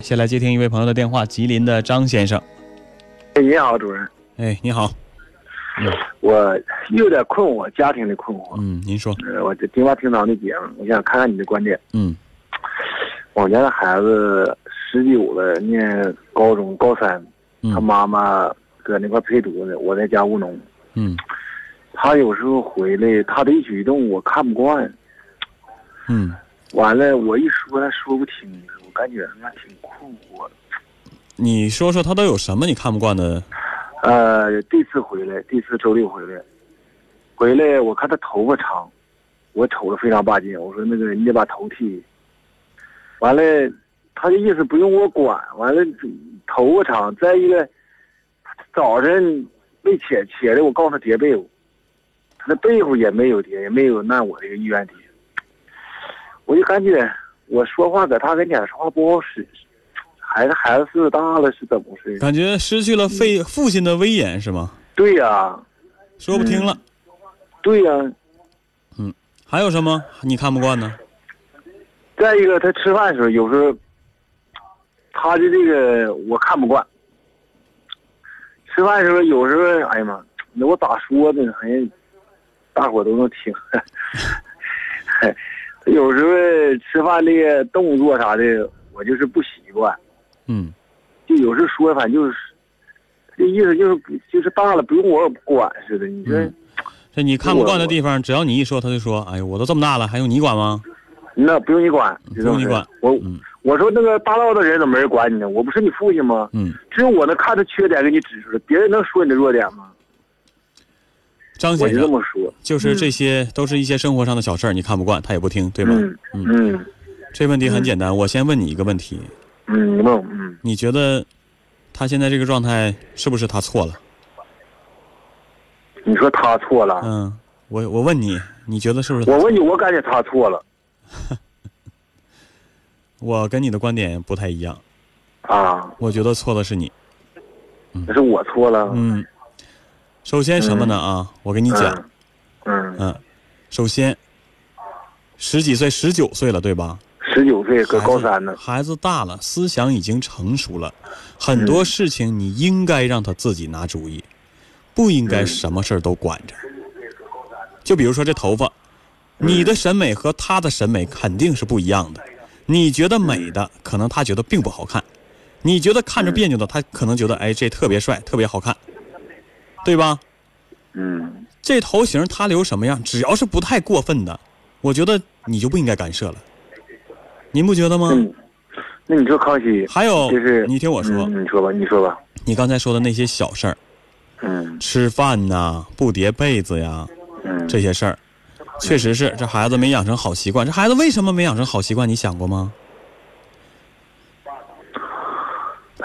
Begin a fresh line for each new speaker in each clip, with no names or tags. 先来接听一位朋友的电话，吉林的张先生。
哎，你好，主任，
哎，你好，
我有点困惑，家庭的困惑。
嗯，您说，
呃，我这听完听咱的节目，我想看看你的观点。
嗯
我家的孩子十九了，念高中高三，他
嗯
妈妈搁那块陪读呢，我在家务农。
嗯
他有时候回来，他的一举一动我看不惯，
嗯，
完了我一说他说不听，我感觉他妈挺困惑的。
你说说他都有什么你看不惯的？
呃，这次回来，这次周六回来，回来我看他头发长，我瞅着非常巴结。我说那个你得把头剃。完了，他的意思不用我管。完了，头发长，再一个，早晨没起起来，我告诉他叠被窝，他那被窝也没有叠，也没有按我这个意愿叠。我就感觉我说话在他跟前说话不好使，孩子孩子岁数大了是怎么回事？
感觉失去了父
嗯
父亲的威严是吗？
对呀、
说不听了，
嗯对呀、
还有什么你看不惯呢？
再一个，他吃饭的时候有时候，他的这个我看不惯。吃饭的时候有时候，哎呀妈，那我咋说呢？好像大伙都能听。 他有时候吃饭这个动作啥的，我就是不习惯。
嗯
就有时候说，反正就是这意思，就是就是大了不用我管似的。你说，
嗯，这你看不惯的地方，只要你一说，他就说，哎呦，我都这么大了，还用你管吗？
那不用你管，
不用你管。
我、
嗯
我说那个大道的人怎么没人管你呢？我不是你父亲吗？
嗯，
只有我能看着缺点给你指出来，别人能说你的弱点吗？
张
我
先
嗯就这
生，
么说。
就是这些都是一些生活上的小事儿，你看不惯，他也不听，对吗？
嗯嗯
这问题很简单，我先问你一个问题，
嗯，你问我，嗯，
你觉得他现在这个状态是不是他错了？
你说他错了，
嗯，我我问你，你觉得是不是他
我问你，我感觉他错了
我跟你的观点不太一样，
啊，
我觉得错的是你。
那是我错了。
嗯，首先什么呢啊？我跟你讲，
嗯，嗯，
嗯，首先，十几岁、十九岁了，对吧？
十九岁搁高三呢，
孩子大了，思想已经成熟了，很多事情你应该让他自己拿主意，不应该什么事儿都管着。就比如说这头发，你的审美和他的审美肯定是不一样的。你觉得美的，可能他觉得并不好看；你觉得看着别扭的，他可能觉得哎这特别帅，特别好看，对吧？
嗯
这头型他留什么样，只要是不太过分的，我觉得你就不应该干涉了。您不觉得吗？
嗯，那你说康熙，
还有
就是，
你听我说，
嗯你说吧，你说吧，
你刚才说的那些小事儿，
嗯
吃饭呐、不叠被子呀，
嗯，
这些事儿，确实是这孩子没养成好习惯。这孩子为什么没养成好习惯？你想过吗？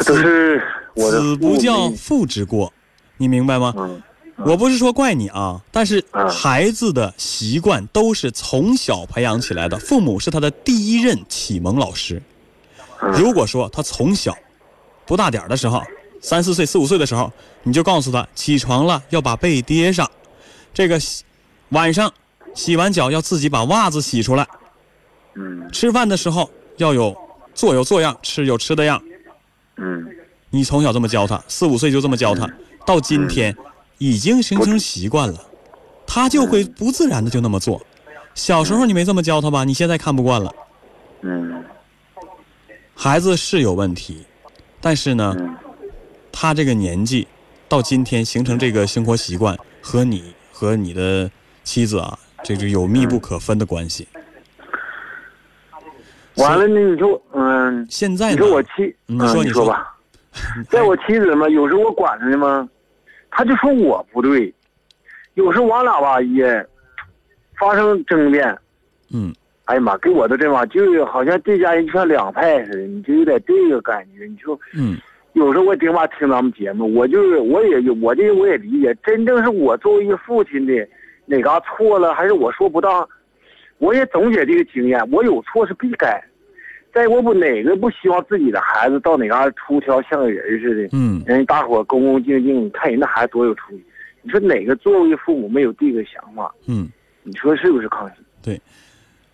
都是我的
子
父母
不教，父之过，你明白吗？
嗯
我不是说怪你啊，但是
嗯
孩子的习惯都是从小培养起来的，父母是他的第一任启蒙老师。
嗯
如果说他从小不大点儿的时候，三四岁、四五岁的时候，你就告诉他起床了要把被叠上，这个洗晚上洗完脚要自己把袜子洗出来，
嗯
吃饭的时候要有做有做样，吃有吃的样。
嗯，
你从小这么教他，四五岁就这么教他，到今天
嗯
已经形成习惯了，他就会不自然的就那么做。小时候你没这么教他吧？你现在看不惯了，
嗯
孩子是有问题，但是呢，
嗯
他这个年纪到今天形成这个生活习惯，和你和你的妻子啊，这就有密不可分的关系。
完了呢，你说，嗯，
现在
你
呢
说，我妻，
你
嗯
说你说
说 吧。在我妻子嘛，有时候我管她呢嘛，她就说我不对，有时候我俩吧也发生争辩。
嗯，
哎呀妈，给我的这嘛，就是好像这家人就像两派似的，你就有点这个感觉。你说
嗯
有时候我顶吧听咱们节目，我就是我也有我这我也理解，真正是我作为一个父亲的哪嘎错了，还是我说不当，我也总结这个经验，我有错是必改。再我不哪个不希望自己的孩子到哪嘎出挑像个人似的，
嗯，
人家大伙恭恭敬敬，你看人家孩子多有出息。你说哪个作为父母没有这个想法？
嗯，
你说是不是康熙？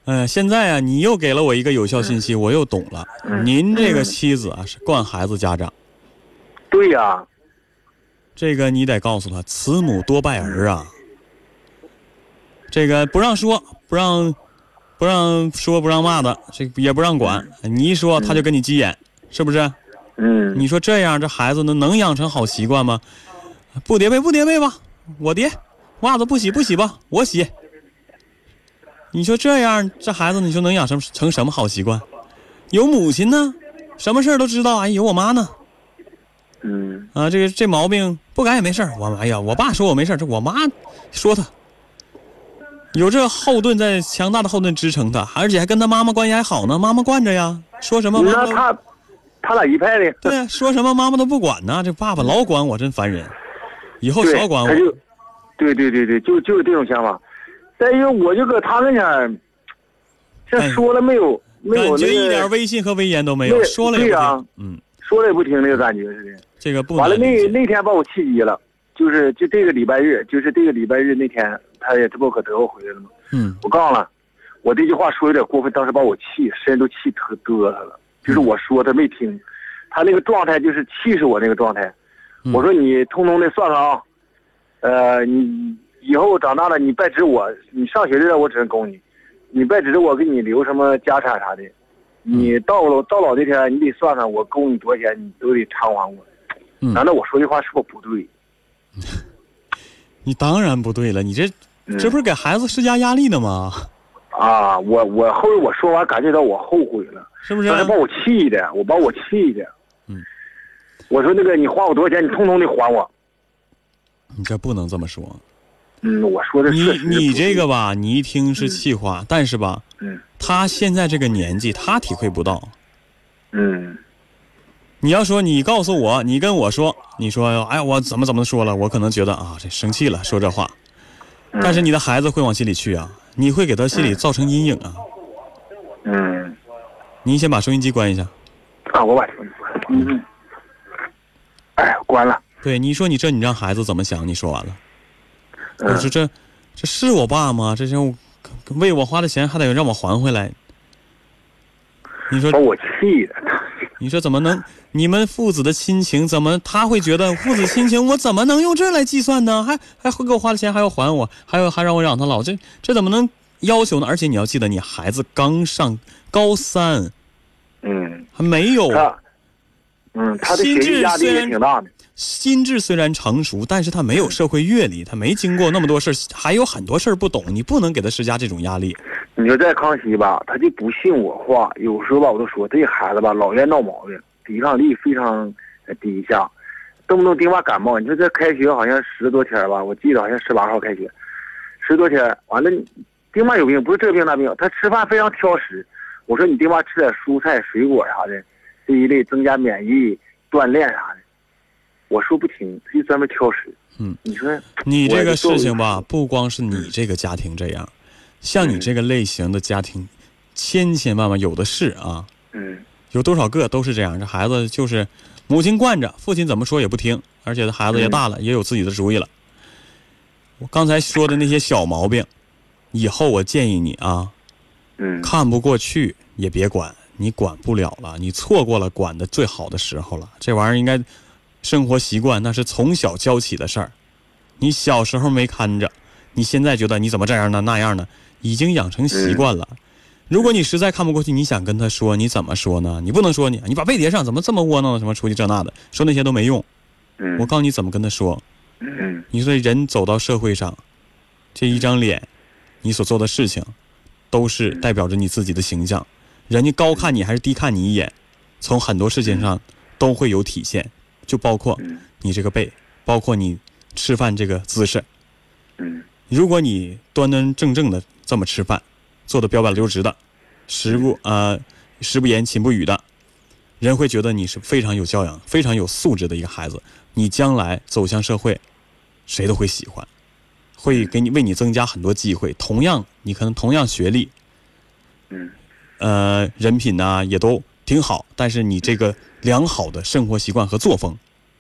嗯，现在啊，你又给了我一个有效信
嗯
息，我又懂了。您这个妻子啊，是惯孩子家长，
对呀、
这个你得告诉他，慈母多败儿啊。这个不让说，不让，不让说，不让骂的，这个也不让管。你一说，他就跟你急眼，是不是？
嗯，
你说这样，这孩子能能养成好习惯吗？不叠被，不叠被吧，我叠。袜子不洗不洗吧，我洗。你说这样，这孩子你说能养成成什么好习惯？有母亲呢，什么事儿都知道。哎，有我妈呢。
嗯，
啊，这个这毛病不改也没事儿。我哎呀，我爸说我没事儿，这我妈说他有这后盾在，强大的后盾支撑他，而且还跟他妈妈关系还好呢。妈妈惯着呀，说什么妈
那
妈
他他俩一派的，
对呀，说什么妈妈都不管呢。这爸爸老管我，真烦人。以后
对，
少管
他
我。
就，对对对对，就就有这种想法。再一个，我就搁他跟前儿，这
哎
说了没有，没有
感觉
那
一点
个
威信和威严都没有，
对
说了也
对
不
呀
听。嗯，
说了也不听那个感觉似的。
这个不
完了
能理
那
解。
那天把我气急了，就是就这个礼拜日，就是这个礼拜日那天，他也这不搁德国回来了吗？
嗯
我告诉他，我这句话说有点过分，当时把我气身上都气嘚嘚瑟了。就是
嗯
我说他没听，他那个状态就是气死我那个状态。
嗯
我说你通通的算算啊，呃，你以后长大了你别指我，你上学的时候我只能供你，你别指着我给你留什么家产啥的，
嗯
你到老到老那天你得算算我供你多少钱，你都得偿还我。
嗯
难道我说这话是不是不对？
你当然不对了，你这
嗯
这不是给孩子施加压力呢吗？
啊，我我后来我说完感觉到我后悔了。
是不是啊
当？时把我气的，我把我气的。
嗯，
我说那个你花我多少钱，你通通得还我。
你这不能这么说。
嗯，我说的
你
确实不
你这
对，
个吧，你一听是气话，但是吧，
嗯
他现在这个年纪，他体会不到。
嗯
你要说你告诉我，你跟我说，你说哎我怎么怎么说了，我可能觉得啊这生气了说这话，
嗯
但是你的孩子会往心里去啊，你会给他心里造成阴影啊。
嗯，
你先把收音机关一下。
啊，我把这个嗯，哎，关了。
对，你说你这你让孩子怎么想？你说完了，
嗯
我说这这是我爸吗？这是我为我花的钱还得让我还回来。你说
把我气的，
你说怎么能？你们父子的亲情怎么他会觉得父子亲情，我怎么能用这来计算呢？还还会给我花的钱还要还我，还要还让我养他老，这这怎么能要求呢？而且你要记得，你孩子刚上高三，
嗯，
还没有
他，嗯，他的学习压力也挺大的，
心智虽然成熟，但是他没有社会阅历，他没经过那么多事儿，还有很多事儿不懂，你不能给他施加这种压力。
你说在康熙吧，他就不信我话，有时候吧，我都说这孩子吧，老爱闹毛病，抵抗力非常呃低下，动不动丁娃感冒。你说这开学好像十多天吧，我记得好像十八号开学，十多天完了，丁娃有病，不是这病那病，他吃饭非常挑食。我说你丁娃吃点蔬菜水果啥的，这一类增加免疫、锻炼啥的。我说不听，他就专门挑食。
嗯，
你说
你这个事情
我也
吧，不光是你这个家庭这样，像你这个类型的家庭，千千万万有的是啊，
嗯
有多少个都是这样。这孩子就是母亲惯着，父亲怎么说也不听，而且这孩子也大了，也有自己的主意了。我刚才说的那些小毛病，以后我建议你啊，
嗯
看不过去也别管，你管不了了，你错过了管的最好的时候了。这玩意儿应该生活习惯，那是从小教起的事儿。你小时候没看着，你现在觉得你怎么这样呢那样呢，已经养成习惯了。如果你实在看不过去，你想跟他说，你怎么说呢？你不能说你，你把被叠上，怎么这么窝囊？什么出去这那的，说那些都没用。
嗯
我告诉你怎么跟他说。
嗯
你说人走到社会上，这一张脸，你所做的事情，都是代表着你自己的形象。人家高看你还是低看你一眼，从很多事情上都会有体现，就包括
嗯
你这个背，包括你吃饭这个姿势。
嗯
如果你端端正正的这么吃饭，做的标板溜直的，食不呃食不言寝不语的，人会觉得你是非常有教养、非常有素质的一个孩子。你将来走向社会，谁都会喜欢，会给你为你增加很多机会。同样，你可能同样学历，
嗯
呃，人品呐、也都挺好，但是你这个良好的生活习惯和作风，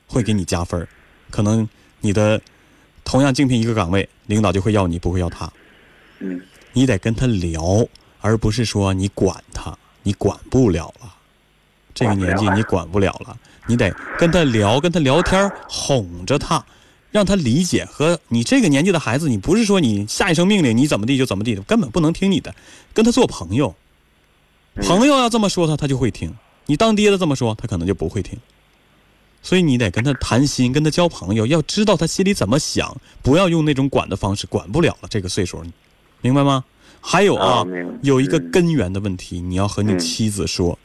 会给你加分儿可能你的同样竞聘一个岗位，领导就会要你，不会要他。
嗯
你得跟他聊，而不是说你管他，你管不了了。这个年纪
管不了了
你管不了了，你得跟他聊，跟他聊天儿，哄着他，让他理解和你这个年纪的孩子，你不是说你下一声命令你怎么地就怎么地的，根本不能听你的，跟他做朋友。
嗯
朋友要这么说他，他就会听；你当爹的这么说，他可能就不会听。所以你得跟他谈心，跟他交朋友，要知道他心里怎么想，不要用那种管的方式，管不了了。这个岁数，明白吗？还有啊，
啊明白
有一个
嗯
根源的问题，你要和你
嗯
妻子说，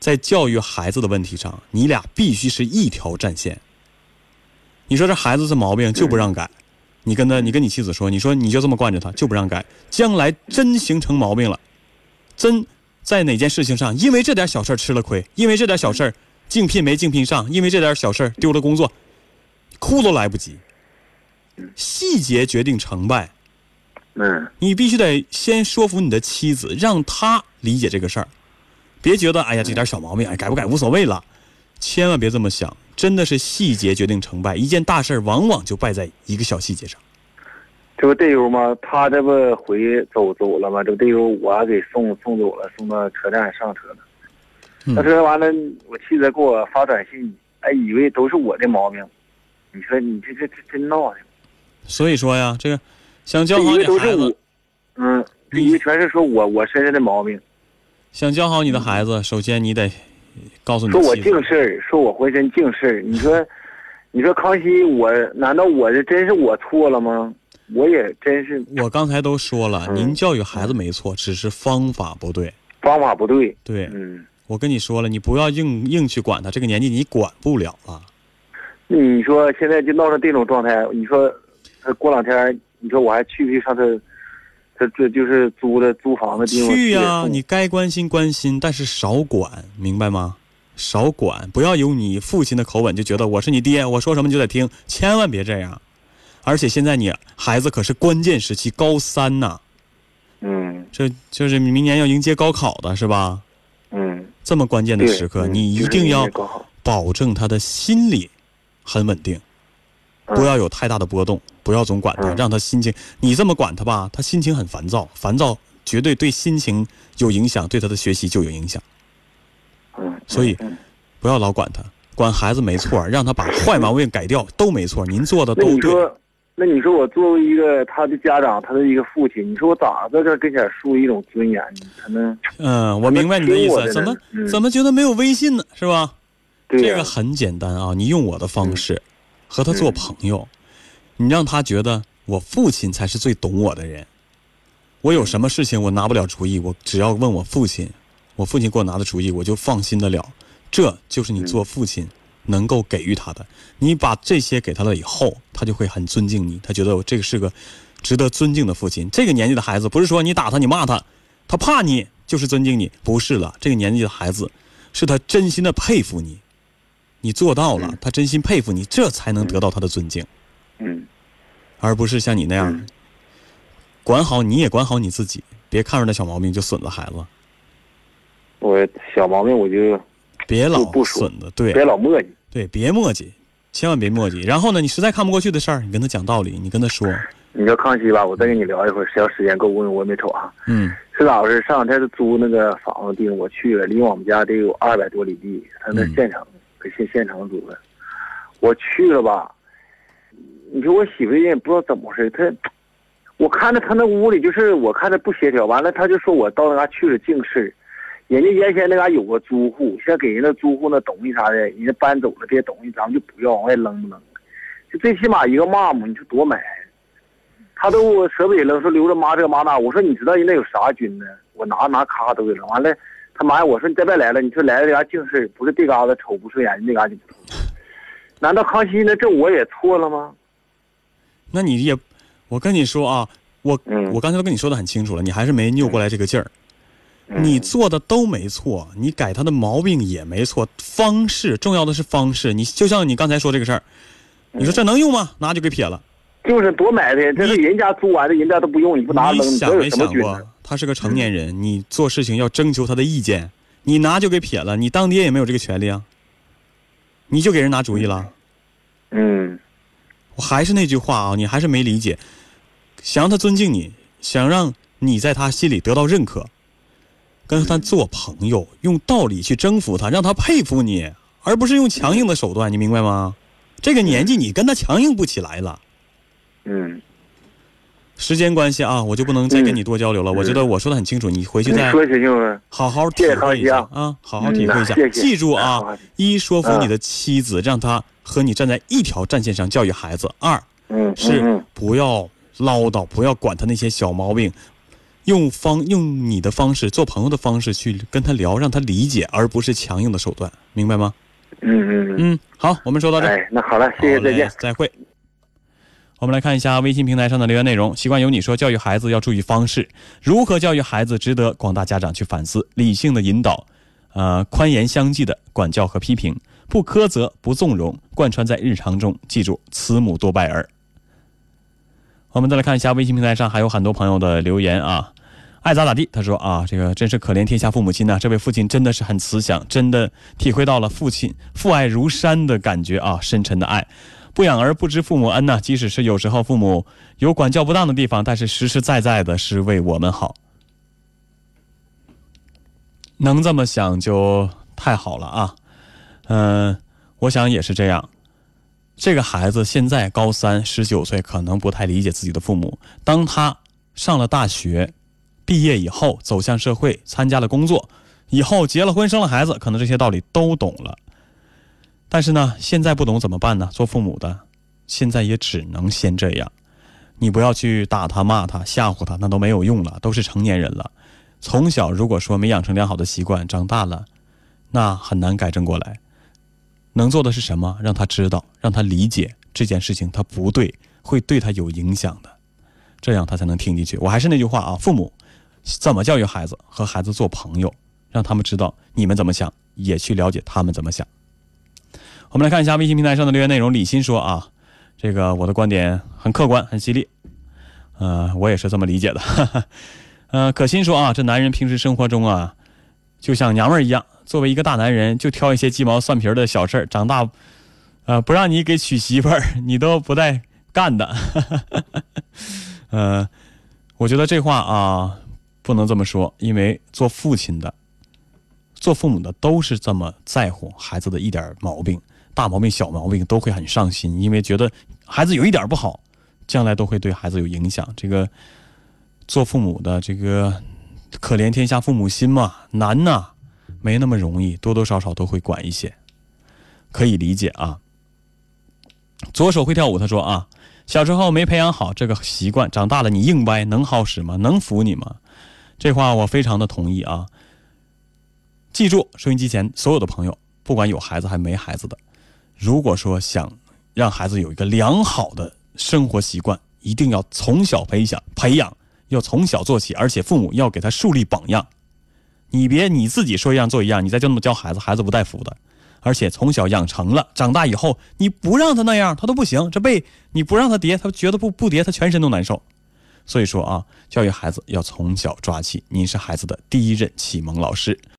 在教育孩子的问题上，你俩必须是一条战线。你说这孩子这毛病就不让改，你跟
嗯
他，你跟你妻子说，你说你就这么惯着他，就不让改，将来真形成毛病了，真在哪件事情上，因为这点小事儿吃了亏，因为这点小事儿竞聘没竞聘上，因为这点小事儿丢了工作，哭都来不及。细节决定成败，
嗯
你必须得先说服你的妻子，让她理解这个事儿，别觉得哎呀这点小毛病，哎改不改无所谓了，千万别这么想，真的是细节决定成败，一件大事儿往往就败在一个小细节上。
这不队友吗？他这不回走走了吗？这不队友我给送送走了，送到车站上车了。
嗯
那车完了，我妻子给我发短信，哎，以为都是我的毛病。你说你这这这真闹的，
所以说呀，这个想教
以
好
为
你
都
孩
是我
子，，
嗯，以为全是说我我身上的毛病，
想教好你的孩子，首先你得告诉你
说我
妻子，
净事儿，说我浑身净事儿。你说，你说康熙我，难道我这真是我错了吗？我也真是
我刚才都说了，
嗯
您教育孩子没错，只是方法不对。
方法不对，
对，
嗯。
我跟你说了，你不要硬硬去管他，这个年纪你管不了了。
你说现在就闹成这种状态，你说他过两天，你说我还去不去上他，他这就是租的租房的地方
去呀、
送
你该关心关心，但是少管，明白吗？少管，不要有你父亲的口吻就觉得我是你爹，我说什么你就得听，千万别这样。而且现在你孩子可是关键时期，高三呐、
嗯
这就是明年要迎接高考的是吧？
嗯，
这么关键的
对
时刻，
嗯
你一
就是
定要
搞好
保证他的心理很稳定，
嗯
不要有太大的波动，不要总管他，
嗯
让他心情。你这么管他吧，他心情很烦躁，烦躁绝对对心情有影响，对他的学习就有影响。
嗯，
所以
嗯
不要老管他，管孩子没 错，让他把坏毛病改掉都没错，您做的
那
都
你
对。
说，那你说我作为一个他的家长，他的一个父亲，你说我咋在这跟前树一种尊严呢？才能
嗯，我明白你的意
听我的
思，怎
呢
么
嗯
怎么觉得没有微信呢？是吧？
对
这
呀、嗯
个很简单啊，你用我的方式和他做朋友，你让他觉得我父亲才是最懂我的人。我有什么事情我拿不了主意，我只要问我父亲，我父亲给我拿的主意，我就放心的了。这就是你
嗯
做父亲能够给予他的。你把这些给他了以后，他就会很尊敬你，他觉得我这个是个值得尊敬的父亲。这个年纪的孩子，不是说你打他你骂他，他怕你就是尊敬你，不是了。这个年纪的孩子，是他真心的佩服你，你做到了，他真心佩服你，这才能得到他的尊敬，
嗯
而不是像你那样
嗯，
管好你也管好你自己，别看着那小毛病就损着孩子，
我小毛病我就
别老
不不说
损的，对
别老磨叽，
对，别磨叽，千万别磨叽。然后呢，你实在看不过去的事儿，你跟他讲道理，你跟他说，
你说康熙吧，我再跟你聊一会儿，谁要时间够，我我也没瞅啊。
嗯
是咋回事？上两天他租那个房子地，我去了，离我们家得有二百多里地，他那
嗯
县城，搁县县城租的。我去了吧，你说我媳妇儿也不知道怎么回事，她，我看着她那屋里就是我看着不协调，完了她就说我到那嘎去了净事儿人家原先那嘎有个租户，现在给人家租户那东西啥的，人家搬走了这些东西，咱们就不要，往外扔不扔？就最起码一个骂嘛，你说多埋汰。他都舍不得扔，说留着妈这妈那。我说你知道人家有啥菌呢？我拿拿咔都给扔。完了，他妈呀！我说你再别来了，你说来了这嘎净事儿不是这嘎子瞅不顺眼，那嘎就不瞅。难道康熙那这我也错了吗？
那你也，我跟你说啊，我、
嗯
我刚才都跟你说的很清楚了，你还是没拗过来这个劲儿。
嗯
你做的都没错，你改他的毛病也没错，方式重要的是方式。你就像你刚才说这个事儿，
嗯
你说这能用吗？拿就给撇了。
就是多埋汰，这是人家租完的，人家都不用，你不拿扔，
你
你这
想
有
没
什么
想
菌
过
呢？，
他是个成年人，你做事情要征求他的意见，你拿就给撇了，你当爹也没有这个权利啊。你就给人拿主意了，
嗯
我还是那句话啊，你还是没理解，想让他尊敬你，想让你在他心里得到认可，跟他做朋友，用道理去征服他，让他佩服你，而不是用强硬的手段，你明白吗？这个年纪你跟他强硬不起来了。
嗯，
时间关系啊，我就不能再跟你多交流了。我觉得我说的很清楚，你回去
你
再
嗯说清楚了。
好好体会一
谢谢
下
康
啊，好好体会一下
嗯谢。谢
记住啊
好好，嗯
一说服你的妻子，让她和你站在一条战线上教育孩子；二
嗯，
是
嗯
不要唠叨，不要管他那些小毛病，用方用你的方式，做朋友的方式去跟他聊，让他理解，而不是强硬的手段，明白吗？
嗯嗯嗯，
嗯，好，我们说到这儿。
哎，那好了，谢谢，
好嘞
再见。
再会。我们来看一下微信平台上的留言内容。习惯有你说，教育孩子要注意方式，如何教育孩子，值得广大家长去反思，理性的引导，呃，宽严相济的管教和批评，不苛责，不纵容，贯穿在日常中。记住，慈母多败儿。我们再来看一下微信平台上还有很多朋友的留言啊，爱咋咋地。他说啊，这个真是可怜天下父母心呐、这位父亲真的是很慈祥，真的体会到了父亲父爱如山的感觉啊，深沉的爱。不养儿不知父母恩呐、即使是有时候父母有管教不当的地方，但是实实在在的是为我们好。能这么想就太好了啊！嗯、我想也是这样。这个孩子现在高三，十九岁，可能不太理解自己的父母。当他上了大学，毕业以后走向社会，参加了工作，以后结了婚，生了孩子，可能这些道理都懂了。但是呢，现在不懂怎么办呢？做父母的现在也只能先这样。你不要去打他、骂他、吓唬他，那都没有用了，都是成年人了。从小如果说没养成良好的习惯，长大了那很难改正过来。能做的是什么？让他知道，让他理解这件事情，他不对，会对他有影响的，这样他才能听进去。我还是那句话啊，父母怎么教育孩子，和孩子做朋友，让他们知道你们怎么想，也去了解他们怎么想。我们来看一下微信平台上的留言内容。李欣说啊，这个我的观点很客观，很犀利，呃，我也是这么理解的。 哈哈。呃，可心说啊，这男人平时生活中啊，就像娘们儿一样，作为一个大男人，就挑一些鸡毛蒜皮儿的小事儿，长大，呃，不让你给娶媳妇儿， 你都不带干的。 呃，我觉得这话啊，不能这么说，因为做父亲的、做父母的都是这么在乎孩子的一点儿毛病，大毛病、小毛病都会很上心，因为觉得孩子有一点儿不好，将来都会对孩子有影响。这个做父母的，这个可怜天下父母心嘛，难呐、没那么容易，多多少少都会管一些，可以理解啊。左手会跳舞，他说啊，小时候没培养好这个习惯，长大了你硬掰能好使吗？能服你吗？这话我非常的同意啊。记住，收音机前所有的朋友，不管有孩子还没孩子的，如果说想让孩子有一个良好的生活习惯，一定要从小培养，培养要从小做起，而且父母要给他树立榜样。你别你自己说一样做一样，你再就那么教孩子，孩子不带服的。而且从小养成了，长大以后你不让他那样，他都不行。这背你不让他叠，他觉得不不叠，他全身都难受。所以说啊，教育孩子要从小抓起。您是孩子的第一任启蒙老师。